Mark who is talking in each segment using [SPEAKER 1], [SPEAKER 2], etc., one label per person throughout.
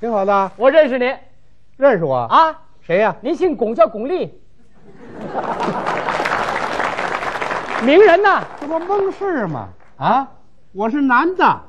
[SPEAKER 1] 挺好的。
[SPEAKER 2] 我认识您
[SPEAKER 1] 认识我？
[SPEAKER 2] 啊，
[SPEAKER 1] 谁呀、
[SPEAKER 2] 您姓巩，叫巩俐，名人呐。
[SPEAKER 1] 这不蒙事吗？啊，我是男的，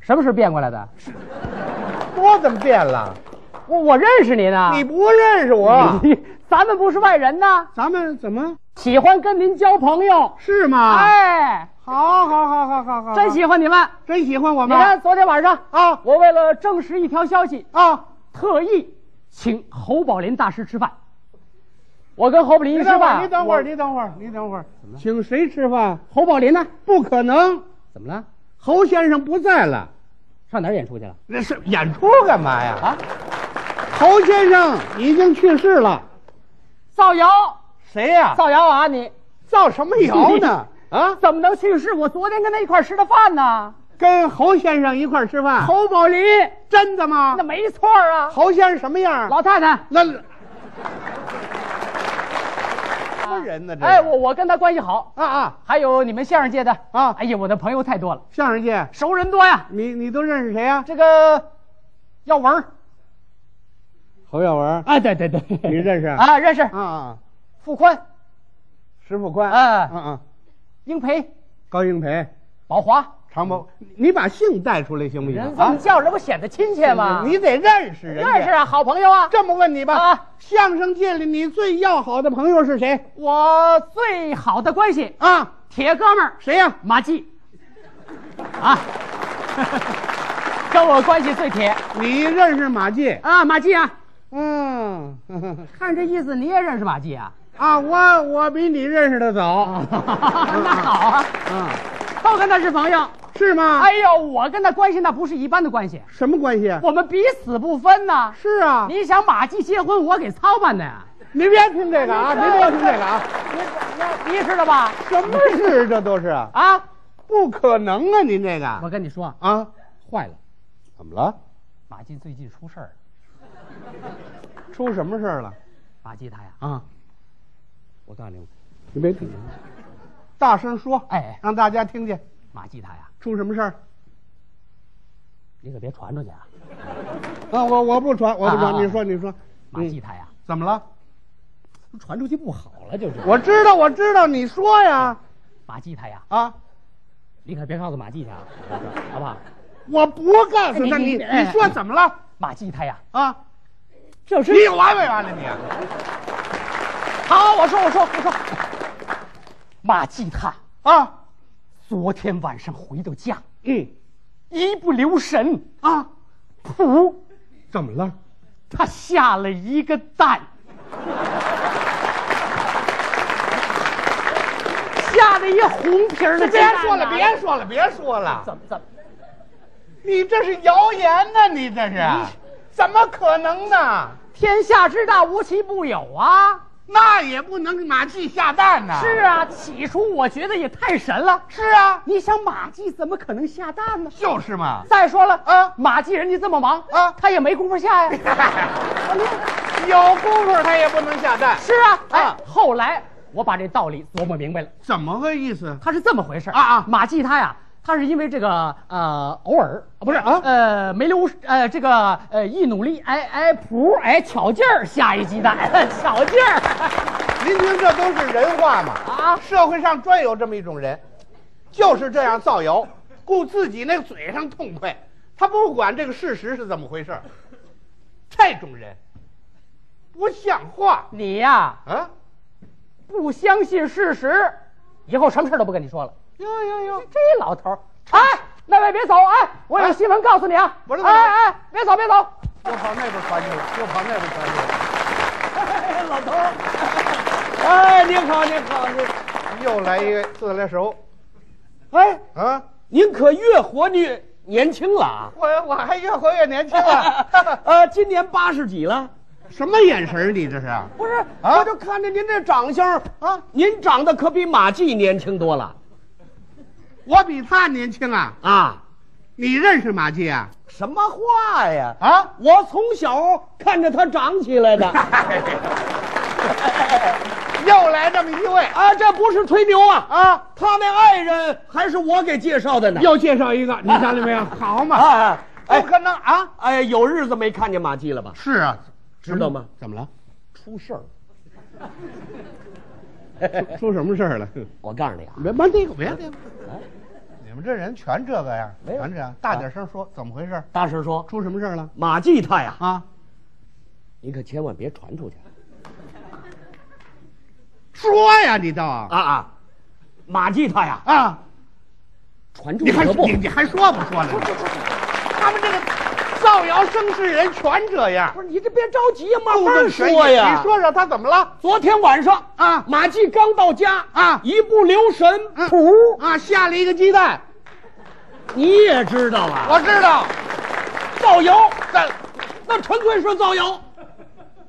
[SPEAKER 2] 什么时候变过来的？
[SPEAKER 1] 我怎么变了？
[SPEAKER 2] 我我认识您啊，
[SPEAKER 1] 你不啊认识我？
[SPEAKER 2] 咱们不是外人呐，
[SPEAKER 1] 咱们怎么
[SPEAKER 2] 喜欢跟您交朋友。
[SPEAKER 1] 是吗？，
[SPEAKER 2] 哎，
[SPEAKER 1] 好，好，好，好，好，好，
[SPEAKER 2] 真喜欢你们。
[SPEAKER 1] 真喜欢我
[SPEAKER 2] 你
[SPEAKER 1] 们。
[SPEAKER 2] 看昨天晚上
[SPEAKER 1] 啊
[SPEAKER 2] 我为了证实一条消息，
[SPEAKER 1] 啊，
[SPEAKER 2] 特意请侯宝林大师吃饭。我跟侯宝林
[SPEAKER 1] 你
[SPEAKER 2] 一吃
[SPEAKER 1] 等会儿，
[SPEAKER 2] 饭，
[SPEAKER 1] 你等会儿，
[SPEAKER 2] 我，
[SPEAKER 1] 你等会儿，你等会儿，请谁吃饭？
[SPEAKER 2] 侯宝林呢？
[SPEAKER 1] 不可能，
[SPEAKER 2] 怎么了？
[SPEAKER 1] 侯先生不在了，
[SPEAKER 2] 上哪儿演出去了？
[SPEAKER 1] 那是演出干嘛呀？
[SPEAKER 2] 啊，
[SPEAKER 1] 侯先生已经去世了，
[SPEAKER 2] 造谣，
[SPEAKER 1] 谁 呀、
[SPEAKER 2] 造谣啊你！
[SPEAKER 1] 造什么谣呢？ 啊，
[SPEAKER 2] 怎么能去世？我昨天跟他一块儿吃的饭呢。
[SPEAKER 1] 跟侯先生一块儿吃饭，
[SPEAKER 2] 侯宝林，
[SPEAKER 1] 真的吗
[SPEAKER 2] 那？没错儿啊。
[SPEAKER 1] 侯先生什么样？
[SPEAKER 2] 老太太，
[SPEAKER 1] 那什么人呢？这
[SPEAKER 2] 哎，我我跟他关系好，
[SPEAKER 1] 啊啊，
[SPEAKER 2] 还有你们相声界的
[SPEAKER 1] 啊
[SPEAKER 2] 哎呀，我的朋友太多了，
[SPEAKER 1] 相声界，
[SPEAKER 2] 熟人多呀。
[SPEAKER 1] 你你都认识谁啊呀、
[SPEAKER 2] 这个耀文儿，
[SPEAKER 1] 侯耀文，
[SPEAKER 2] 哎，对对对，
[SPEAKER 1] 你认识
[SPEAKER 2] 啊？认识
[SPEAKER 1] 啊，啊，
[SPEAKER 2] 傅宽，
[SPEAKER 1] 石富宽，
[SPEAKER 2] 哎
[SPEAKER 1] 嗯嗯，
[SPEAKER 2] 英培，
[SPEAKER 1] 高英培，
[SPEAKER 2] 宝华，
[SPEAKER 1] 常宝，你把姓带出来行不行啊
[SPEAKER 2] 人这么叫，这不显得亲切吗？
[SPEAKER 1] 你得认识人家，
[SPEAKER 2] 认识啊，好朋友啊。
[SPEAKER 1] 这么问你吧，
[SPEAKER 2] 啊
[SPEAKER 1] 相声界里你最要好的朋友是谁
[SPEAKER 2] 我最好的关系，
[SPEAKER 1] 啊？
[SPEAKER 2] 铁哥们儿
[SPEAKER 1] 谁呀、
[SPEAKER 2] 马季，啊， 跟我关系最铁
[SPEAKER 1] 你认识马季？
[SPEAKER 2] 啊，马季啊。
[SPEAKER 1] 嗯，
[SPEAKER 2] 看这意思，你也认识马季啊？
[SPEAKER 1] 啊，我我比你认识的早。
[SPEAKER 2] 那好啊，
[SPEAKER 1] 啊，
[SPEAKER 2] 都跟他是朋友。
[SPEAKER 1] 是吗？
[SPEAKER 2] 哎，呦，我跟他关系那不是一般的关系，
[SPEAKER 1] 什么关系？啊
[SPEAKER 2] 我们彼此不分呐。
[SPEAKER 1] 是啊，
[SPEAKER 2] 你想马季结婚，我给操办的呀？
[SPEAKER 1] 您别听这个啊，您别听这个啊，
[SPEAKER 2] 你你知道吧？
[SPEAKER 1] 什么事这都是 啊，
[SPEAKER 2] 啊，
[SPEAKER 1] 不可能啊，您这个
[SPEAKER 2] 我跟你说，
[SPEAKER 1] 啊，
[SPEAKER 2] 坏了，
[SPEAKER 1] 怎么了？
[SPEAKER 2] 马季最近出事儿了。
[SPEAKER 1] 出什么事儿了？
[SPEAKER 2] 马季他呀，
[SPEAKER 1] 啊，
[SPEAKER 2] 我告诉你，
[SPEAKER 1] 你别听，大声说，
[SPEAKER 2] 哎，
[SPEAKER 1] 让大家听见
[SPEAKER 2] 马季他呀，
[SPEAKER 1] 出什么事儿。
[SPEAKER 2] 你可别传出去啊！
[SPEAKER 1] 啊，我我不传，我不传，
[SPEAKER 2] 啊啊啊
[SPEAKER 1] 你说你说，嗯
[SPEAKER 2] 马季他呀，
[SPEAKER 1] 怎么了？
[SPEAKER 2] 嗯传出去不好了，就是。
[SPEAKER 1] 我知道，我知道，你说呀，
[SPEAKER 2] 马季他呀，
[SPEAKER 1] 啊，
[SPEAKER 2] 你可别告诉马季去啊，好不好？
[SPEAKER 1] 我不告诉他，
[SPEAKER 2] 哎你
[SPEAKER 1] 你
[SPEAKER 2] 你哎
[SPEAKER 1] 你说怎么了
[SPEAKER 2] 马季他呀，
[SPEAKER 1] 啊？
[SPEAKER 2] 就是
[SPEAKER 1] 你有完没完了你？
[SPEAKER 2] 好，我说我说我说，马季他
[SPEAKER 1] 啊，
[SPEAKER 2] 昨天晚上回到家，
[SPEAKER 1] 嗯，
[SPEAKER 2] 一不留神，
[SPEAKER 1] 啊，
[SPEAKER 2] 噗，
[SPEAKER 1] 怎么了？
[SPEAKER 2] 他下了一个蛋，下了一红皮儿的
[SPEAKER 1] 别
[SPEAKER 2] 鸡蛋啊。
[SPEAKER 1] 说了，别说了，别说了，
[SPEAKER 2] 怎么怎么？
[SPEAKER 1] 你这是谣言呢、你这是，
[SPEAKER 2] 嗯
[SPEAKER 1] 怎么可能呢？
[SPEAKER 2] 天下之大，无奇不有啊！
[SPEAKER 1] 那也不能马屁下蛋呢、
[SPEAKER 2] 是，啊，起初我觉得也太神了。
[SPEAKER 1] 是啊，
[SPEAKER 2] 你想马季怎么可能下蛋呢？
[SPEAKER 1] 就是嘛。
[SPEAKER 2] 再说了
[SPEAKER 1] 啊
[SPEAKER 2] 马季人家这么忙
[SPEAKER 1] 啊
[SPEAKER 2] 他也没工夫下呀。
[SPEAKER 1] 有功夫他也不能下蛋，
[SPEAKER 2] 是啊，哎
[SPEAKER 1] 啊，
[SPEAKER 2] 后来我把这道理琢磨明白了，
[SPEAKER 1] 怎么个意思？
[SPEAKER 2] 他是这么回事儿
[SPEAKER 1] 啊啊
[SPEAKER 2] 马季他呀，他是因为这个呃，偶尔啊不是
[SPEAKER 1] 啊
[SPEAKER 2] 呃没留呃这个呃一努力哎哎噗哎巧劲儿下一鸡蛋， 巧劲儿
[SPEAKER 1] 您听，这都是人话嘛。
[SPEAKER 2] 啊
[SPEAKER 1] 社会上专有这么一种人，就是这样造谣，顾自己那嘴上痛快，他不管这个事实是怎么回事儿。这种人不像话
[SPEAKER 2] 你呀
[SPEAKER 1] 啊！
[SPEAKER 2] 不相信事实，以后什么事儿都不跟你说了。
[SPEAKER 1] 哟哟哟，
[SPEAKER 2] 这老头儿，哎，那位别走，哎，我有
[SPEAKER 1] 哎
[SPEAKER 2] 新闻告诉你啊，
[SPEAKER 1] 啊不是
[SPEAKER 2] 哎哎哎，别走别走，
[SPEAKER 1] 又跑那边传去了，又跑那边传去了。
[SPEAKER 2] 老头儿，
[SPEAKER 1] 哎，您好，您好，您又来一个自来熟
[SPEAKER 3] 哎，
[SPEAKER 1] 啊！
[SPEAKER 3] 您可越活越年轻了啊！。
[SPEAKER 1] 我我还越活越年轻啊了
[SPEAKER 3] 呃，今年八十几了，
[SPEAKER 1] 什么眼神儿你这是？
[SPEAKER 3] 不是？我就看着您这长相啊，您长得可比马季年轻多了
[SPEAKER 1] 我比他年轻啊！
[SPEAKER 3] 啊！
[SPEAKER 1] 你认识马季啊？
[SPEAKER 3] 什么话呀？
[SPEAKER 1] 啊？
[SPEAKER 3] 我从小看着他长起来的
[SPEAKER 1] 又来这么一位
[SPEAKER 3] 啊，这不是吹牛啊！
[SPEAKER 1] 啊！
[SPEAKER 3] 他那爱人还是我给介绍的呢。
[SPEAKER 1] 又介绍一个，你瞧见没有？好嘛！
[SPEAKER 3] 啊，
[SPEAKER 1] 不可能啊！
[SPEAKER 3] 哎，有日子没看见马季了吧？
[SPEAKER 1] 是啊，
[SPEAKER 3] 知道吗？
[SPEAKER 1] 怎么了？
[SPEAKER 3] 出事儿了！
[SPEAKER 1] 出什么事儿了？
[SPEAKER 3] 我告诉你啊，
[SPEAKER 1] 别别这个，别这个。哎你们这人全这个呀，
[SPEAKER 3] 没有
[SPEAKER 1] 全这样，大点声说，怎么回事？
[SPEAKER 3] 大声说，
[SPEAKER 1] 出什么事儿了？
[SPEAKER 3] 马季他呀，
[SPEAKER 1] 啊，
[SPEAKER 3] 你可千万别传出去
[SPEAKER 1] 说呀，你倒啊
[SPEAKER 3] 啊啊！马季他呀，
[SPEAKER 1] 啊！
[SPEAKER 3] 传出
[SPEAKER 1] 你
[SPEAKER 3] 去
[SPEAKER 1] 还
[SPEAKER 3] 可不
[SPEAKER 1] 你你还说不说了？他们这个造谣生事人全这样
[SPEAKER 3] 不，是你这别着急呀，慢
[SPEAKER 1] 故
[SPEAKER 3] 慢
[SPEAKER 1] 弄玄
[SPEAKER 3] 说
[SPEAKER 1] 虚。
[SPEAKER 3] 呀。
[SPEAKER 1] 你说说他怎么了？
[SPEAKER 3] 昨天晚上
[SPEAKER 1] 啊
[SPEAKER 3] 马季刚到家
[SPEAKER 1] 啊
[SPEAKER 3] 一不留神，
[SPEAKER 1] 嗯
[SPEAKER 3] 噗，
[SPEAKER 1] 啊，下了一个鸡蛋，
[SPEAKER 3] 你也知道啊，
[SPEAKER 1] 我知道，
[SPEAKER 3] 造谣，
[SPEAKER 1] 造
[SPEAKER 3] 那纯粹是造
[SPEAKER 1] 啊
[SPEAKER 3] 谣。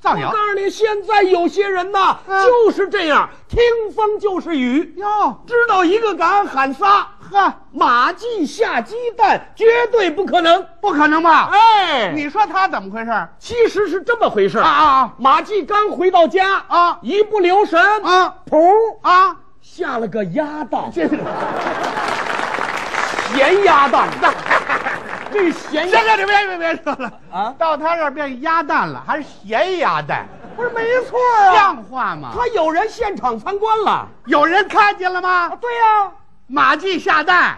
[SPEAKER 1] 造
[SPEAKER 3] 我
[SPEAKER 1] 谣
[SPEAKER 3] 告诉你，现在有些人呐，
[SPEAKER 1] 嗯
[SPEAKER 3] 就是这样，听风就是雨，
[SPEAKER 1] 哟，
[SPEAKER 3] 知道一个敢喊仨。
[SPEAKER 1] 呵，
[SPEAKER 3] 马季下鸡蛋绝对不可能。
[SPEAKER 1] 不可能吧？
[SPEAKER 3] 哎，
[SPEAKER 1] 啊你说他怎么回事？啊
[SPEAKER 3] 其实是这么回事儿
[SPEAKER 1] 啊
[SPEAKER 3] 马季刚回到家
[SPEAKER 1] 啊
[SPEAKER 3] 一不留神，
[SPEAKER 1] 啊
[SPEAKER 3] 噗，
[SPEAKER 1] 啊！
[SPEAKER 3] 下了个鸭蛋，
[SPEAKER 1] 这
[SPEAKER 3] 咸鸭蛋。 这咸鸭
[SPEAKER 1] 现在你别别别说了
[SPEAKER 3] 啊
[SPEAKER 1] 到他这儿变鸭蛋了，还是咸鸭蛋，
[SPEAKER 3] 不是没错啊，
[SPEAKER 1] 像话吗？
[SPEAKER 3] 他有人现场参观了
[SPEAKER 1] 有人看见了吗？
[SPEAKER 3] 对呀、啊，
[SPEAKER 1] 马季下蛋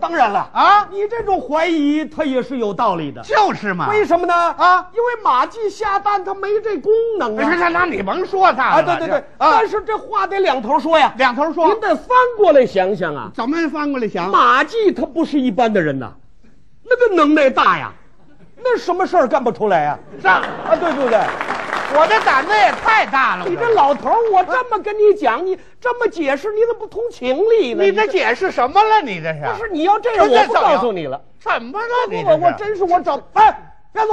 [SPEAKER 3] 当然了啊，
[SPEAKER 1] 啊，
[SPEAKER 3] 你这种怀疑他也是有道理的。
[SPEAKER 1] 就是嘛。
[SPEAKER 3] 为
[SPEAKER 1] 么？
[SPEAKER 3] 什么呢？
[SPEAKER 1] 啊
[SPEAKER 3] 因为马季下蛋他没这功能
[SPEAKER 1] 那
[SPEAKER 3] 啊。
[SPEAKER 1] 那那你甭说他
[SPEAKER 3] 啊，
[SPEAKER 1] 了，
[SPEAKER 3] 对对对
[SPEAKER 1] 这，啊
[SPEAKER 3] 但，是这话得两头说呀，
[SPEAKER 1] 两头说
[SPEAKER 3] 您，得翻过来想想啊。
[SPEAKER 1] 怎么翻过来想？
[SPEAKER 3] 马季他不是一般的人呐，那个能耐大呀，那什么事儿干不出来呀？
[SPEAKER 1] 上，
[SPEAKER 3] 啊，对对对，
[SPEAKER 1] 我的胆子也太 大了。
[SPEAKER 3] 你这
[SPEAKER 1] 我
[SPEAKER 3] 老头儿，我这么跟你讲，你这么解释，你怎么不通情理呢？
[SPEAKER 1] 你这解释什么了？你这是
[SPEAKER 3] 不是你要这样，
[SPEAKER 1] 不是
[SPEAKER 3] 我不
[SPEAKER 1] 造谣
[SPEAKER 3] 告诉你了。
[SPEAKER 1] 什么了？你
[SPEAKER 3] 我
[SPEAKER 1] 这是
[SPEAKER 3] 我真是我找哎，别走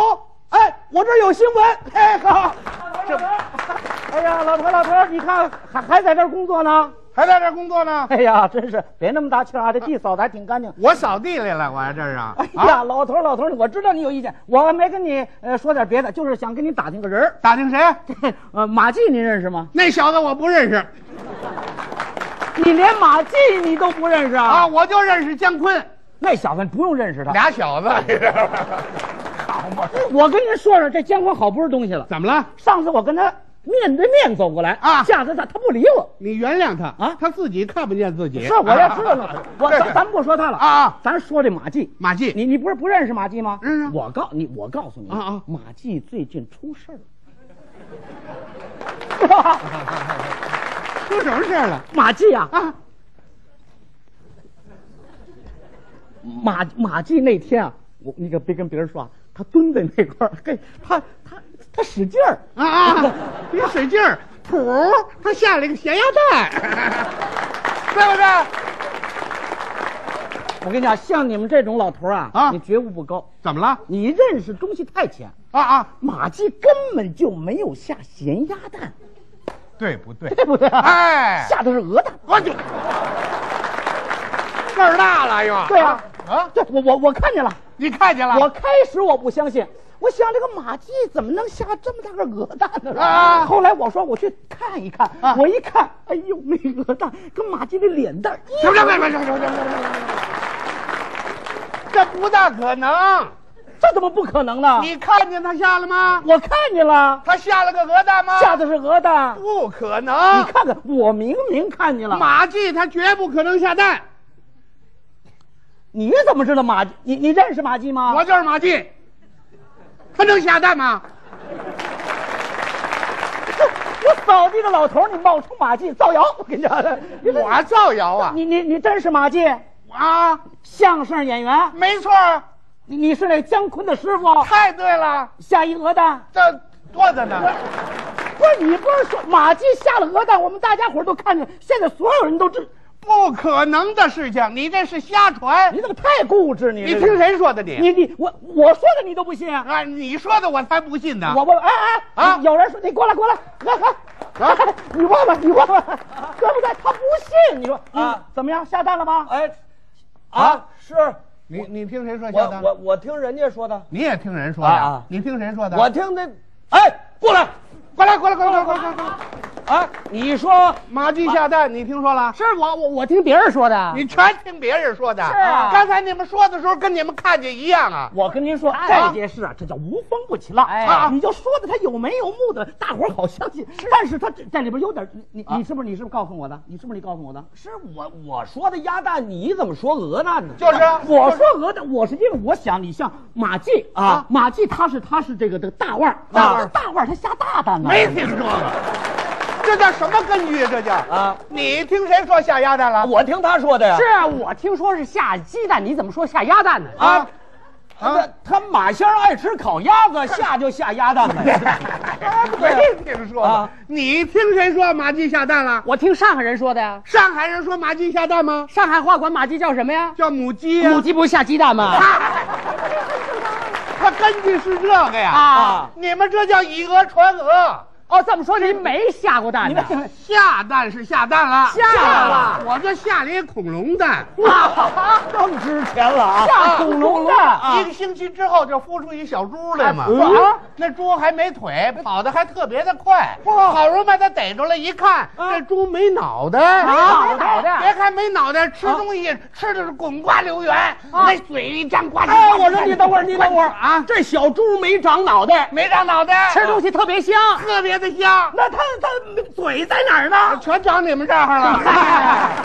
[SPEAKER 3] 哎，我这儿有新闻哎，好，
[SPEAKER 1] 这
[SPEAKER 2] 哎呀，老头老头，你看还还在这儿工作呢？
[SPEAKER 1] 还在这儿工作呢。
[SPEAKER 2] 哎呀，真是别那么大气儿啊，这地扫的还挺干净。
[SPEAKER 1] 我扫地来了，我还这是啊
[SPEAKER 2] 哎呀，老头老头，我知道你有意见，我没跟你呃说点别的，就是想跟你打听个人儿。
[SPEAKER 1] 打听谁？
[SPEAKER 2] 呃，马季您认识吗？
[SPEAKER 1] 那小子我不认
[SPEAKER 2] 啊
[SPEAKER 1] 识
[SPEAKER 2] 你连马季你都不认识啊？
[SPEAKER 1] 啊，我就认识姜昆，
[SPEAKER 2] 那小子你不用认识他。
[SPEAKER 1] 俩小
[SPEAKER 2] 哎
[SPEAKER 1] 子。你知道吗
[SPEAKER 2] 我跟您说说，这姜昆好不是东西了。
[SPEAKER 1] 怎么了？
[SPEAKER 2] 上次我跟他面对面走过来
[SPEAKER 1] 啊
[SPEAKER 2] 吓得他他不理我。
[SPEAKER 1] 你原谅他
[SPEAKER 2] 啊
[SPEAKER 1] 他自己看不见自己。
[SPEAKER 2] 是，我要知道 那，我
[SPEAKER 1] 这
[SPEAKER 2] 咱咱不说他了
[SPEAKER 1] 啊啊
[SPEAKER 2] 咱说这马季。
[SPEAKER 1] 马季，
[SPEAKER 2] 你你不是不认识马季吗？
[SPEAKER 1] 认识啊
[SPEAKER 2] 我告你，我告诉你
[SPEAKER 1] 啊啊
[SPEAKER 2] 马季最近出事 儿了。
[SPEAKER 1] 出什么事儿了？
[SPEAKER 2] 马季啊，
[SPEAKER 1] 啊，
[SPEAKER 2] 马马季那天啊，我你可别跟别人说啊，他蹲在那块儿，嘿，他他他使劲儿
[SPEAKER 1] 啊 啊！别使劲儿，噗，他下了一个咸鸭蛋， 对不对？
[SPEAKER 2] 我跟你讲，像你们这种老头儿啊，
[SPEAKER 1] 啊
[SPEAKER 2] 你觉悟不高，
[SPEAKER 1] 怎么了？
[SPEAKER 2] 你认识东西太浅。
[SPEAKER 1] 啊啊，
[SPEAKER 2] 马季根本就没有下咸鸭蛋，
[SPEAKER 1] 对不 对？
[SPEAKER 2] 对不对啊？
[SPEAKER 1] 哎
[SPEAKER 2] 下的是鹅蛋。
[SPEAKER 1] 我就事儿大了又。
[SPEAKER 2] 对啊，
[SPEAKER 1] 啊，
[SPEAKER 2] 对我我我看见了。
[SPEAKER 1] 你看见了？
[SPEAKER 2] 我开始我不相信，我想这个马季怎么能下这么大个鹅蛋呢？
[SPEAKER 1] 啊
[SPEAKER 2] 后来我说我去看一看，
[SPEAKER 1] 啊
[SPEAKER 2] 我一看，哎呦，那鹅蛋跟马季的脸蛋儿一
[SPEAKER 1] 行行行行行行行行行，这不大可能。
[SPEAKER 2] 这怎么不可能呢？
[SPEAKER 1] 你看见他下了吗？
[SPEAKER 2] 我看见了，
[SPEAKER 1] 他下了个鹅蛋吗？
[SPEAKER 2] 下的是鹅蛋。
[SPEAKER 1] 不可
[SPEAKER 2] 你
[SPEAKER 1] 能。
[SPEAKER 2] 看看，我明明看见了。，
[SPEAKER 1] 马季他绝不可能下蛋，
[SPEAKER 2] 你怎么知道马季？你你认识马季吗？
[SPEAKER 1] 我就是马季，他能下蛋吗？
[SPEAKER 2] 我扫地的老头儿，你冒充马季造谣，我跟你讲，你这
[SPEAKER 1] 我造谣啊！
[SPEAKER 2] 你你你真是马季，
[SPEAKER 1] 啊，
[SPEAKER 2] 相声演员，
[SPEAKER 1] 没错，
[SPEAKER 2] 你你是那姜昆的师傅，
[SPEAKER 1] 太对了，
[SPEAKER 2] 下一鹅蛋。
[SPEAKER 1] 这多着呢。
[SPEAKER 2] 不是你不是说马季下了鹅蛋，我们大家伙儿都看见，现在所有人都知，
[SPEAKER 1] 不可能的事情，你这是瞎传
[SPEAKER 2] 你。怎么太固执你？
[SPEAKER 1] 你听谁说的你？
[SPEAKER 2] 你你我我说的你都不信啊？
[SPEAKER 1] 啊，你说的我才不信呢。
[SPEAKER 2] 我我哎哎
[SPEAKER 1] 啊
[SPEAKER 2] 有人说你过来过来，来来、
[SPEAKER 1] 啊
[SPEAKER 2] 你问问你问问，对不对？他不信，你说啊
[SPEAKER 4] 啊
[SPEAKER 2] 怎么样下蛋了吗？
[SPEAKER 4] 哎，啊，是
[SPEAKER 1] 你你听谁说瞎
[SPEAKER 4] 我
[SPEAKER 1] 蛋？
[SPEAKER 4] 我我听人家说的，
[SPEAKER 1] 你也听人说的
[SPEAKER 4] 啊啊
[SPEAKER 1] 你听谁说的？
[SPEAKER 4] 我听那，哎，过来，
[SPEAKER 1] 过来过来过来过来过来过来！
[SPEAKER 3] 啊，你说
[SPEAKER 1] 马季下蛋，你听说了？
[SPEAKER 2] 是我我我听别人说的。
[SPEAKER 1] 啊你全听别人说的。
[SPEAKER 2] 是啊
[SPEAKER 1] 刚才你们说的时候跟你们看见一样啊。
[SPEAKER 5] 我跟您说，
[SPEAKER 2] 哎
[SPEAKER 5] 这件事啊，这叫无风不起浪
[SPEAKER 2] 哎
[SPEAKER 5] 啊！你就说的他有眉有目的，大伙儿好相信。但是他这这里边有点，你你你是不是你是不是告诉我的？你是不是你告诉我的？
[SPEAKER 3] 是我我说的鸭蛋，你怎么说鹅蛋呢？
[SPEAKER 1] 就是
[SPEAKER 5] 我说鹅的，我是因为我想你像马季啊，马季他是他是这个这个大
[SPEAKER 2] 啊
[SPEAKER 5] 腕儿，
[SPEAKER 1] 大腕儿
[SPEAKER 5] 大腕儿他下大蛋呢。
[SPEAKER 1] 没听说过，这叫什么根据啊？这叫
[SPEAKER 3] 啊！
[SPEAKER 1] 你听谁说下鸭蛋了？
[SPEAKER 3] 我听他说的呀。
[SPEAKER 2] 是啊，我听说是下鸡蛋，你怎么说下鸭蛋呢？
[SPEAKER 3] 啊，他他马仙儿爱吃烤鸭子，下就下鸭蛋呗。
[SPEAKER 1] 没听说
[SPEAKER 3] 啊
[SPEAKER 1] 你听谁说马季下蛋了？
[SPEAKER 2] 我听上海人说的呀。
[SPEAKER 1] 上海人说马季下蛋吗？
[SPEAKER 2] 上海话管马鸡叫什么呀？
[SPEAKER 1] 叫母鸡呀、啊
[SPEAKER 2] 母鸡不是下鸡蛋吗？
[SPEAKER 1] 它根据是这个呀。
[SPEAKER 2] 啊，
[SPEAKER 1] 你们这叫以讹传讹，
[SPEAKER 2] 哦，这么说您没下过蛋呢？
[SPEAKER 1] 下蛋是下蛋了，
[SPEAKER 2] 下了
[SPEAKER 1] 我这下了一恐龙蛋，啊
[SPEAKER 3] 更值钱了啊！
[SPEAKER 2] 啊下恐龙蛋？
[SPEAKER 1] 一个星期之后就孵出一小猪来嘛。
[SPEAKER 2] 啊，
[SPEAKER 1] 那猪还没腿，跑得还特别的快。好容易把它逮住了，一看这猪没脑袋，啊
[SPEAKER 2] 啊没脑袋
[SPEAKER 1] 啊别看没脑袋，吃东西吃的是滚瓜流圆，那嘴一张呱唧呱唧。
[SPEAKER 3] 哎，我说你等会儿，你等会儿
[SPEAKER 1] 啊
[SPEAKER 3] 这小猪没长脑袋，
[SPEAKER 1] 没长脑袋，
[SPEAKER 2] 吃东西特别香。
[SPEAKER 1] 特别的香，
[SPEAKER 3] 那它它嘴在哪儿 呢？
[SPEAKER 1] 全长你们这儿了。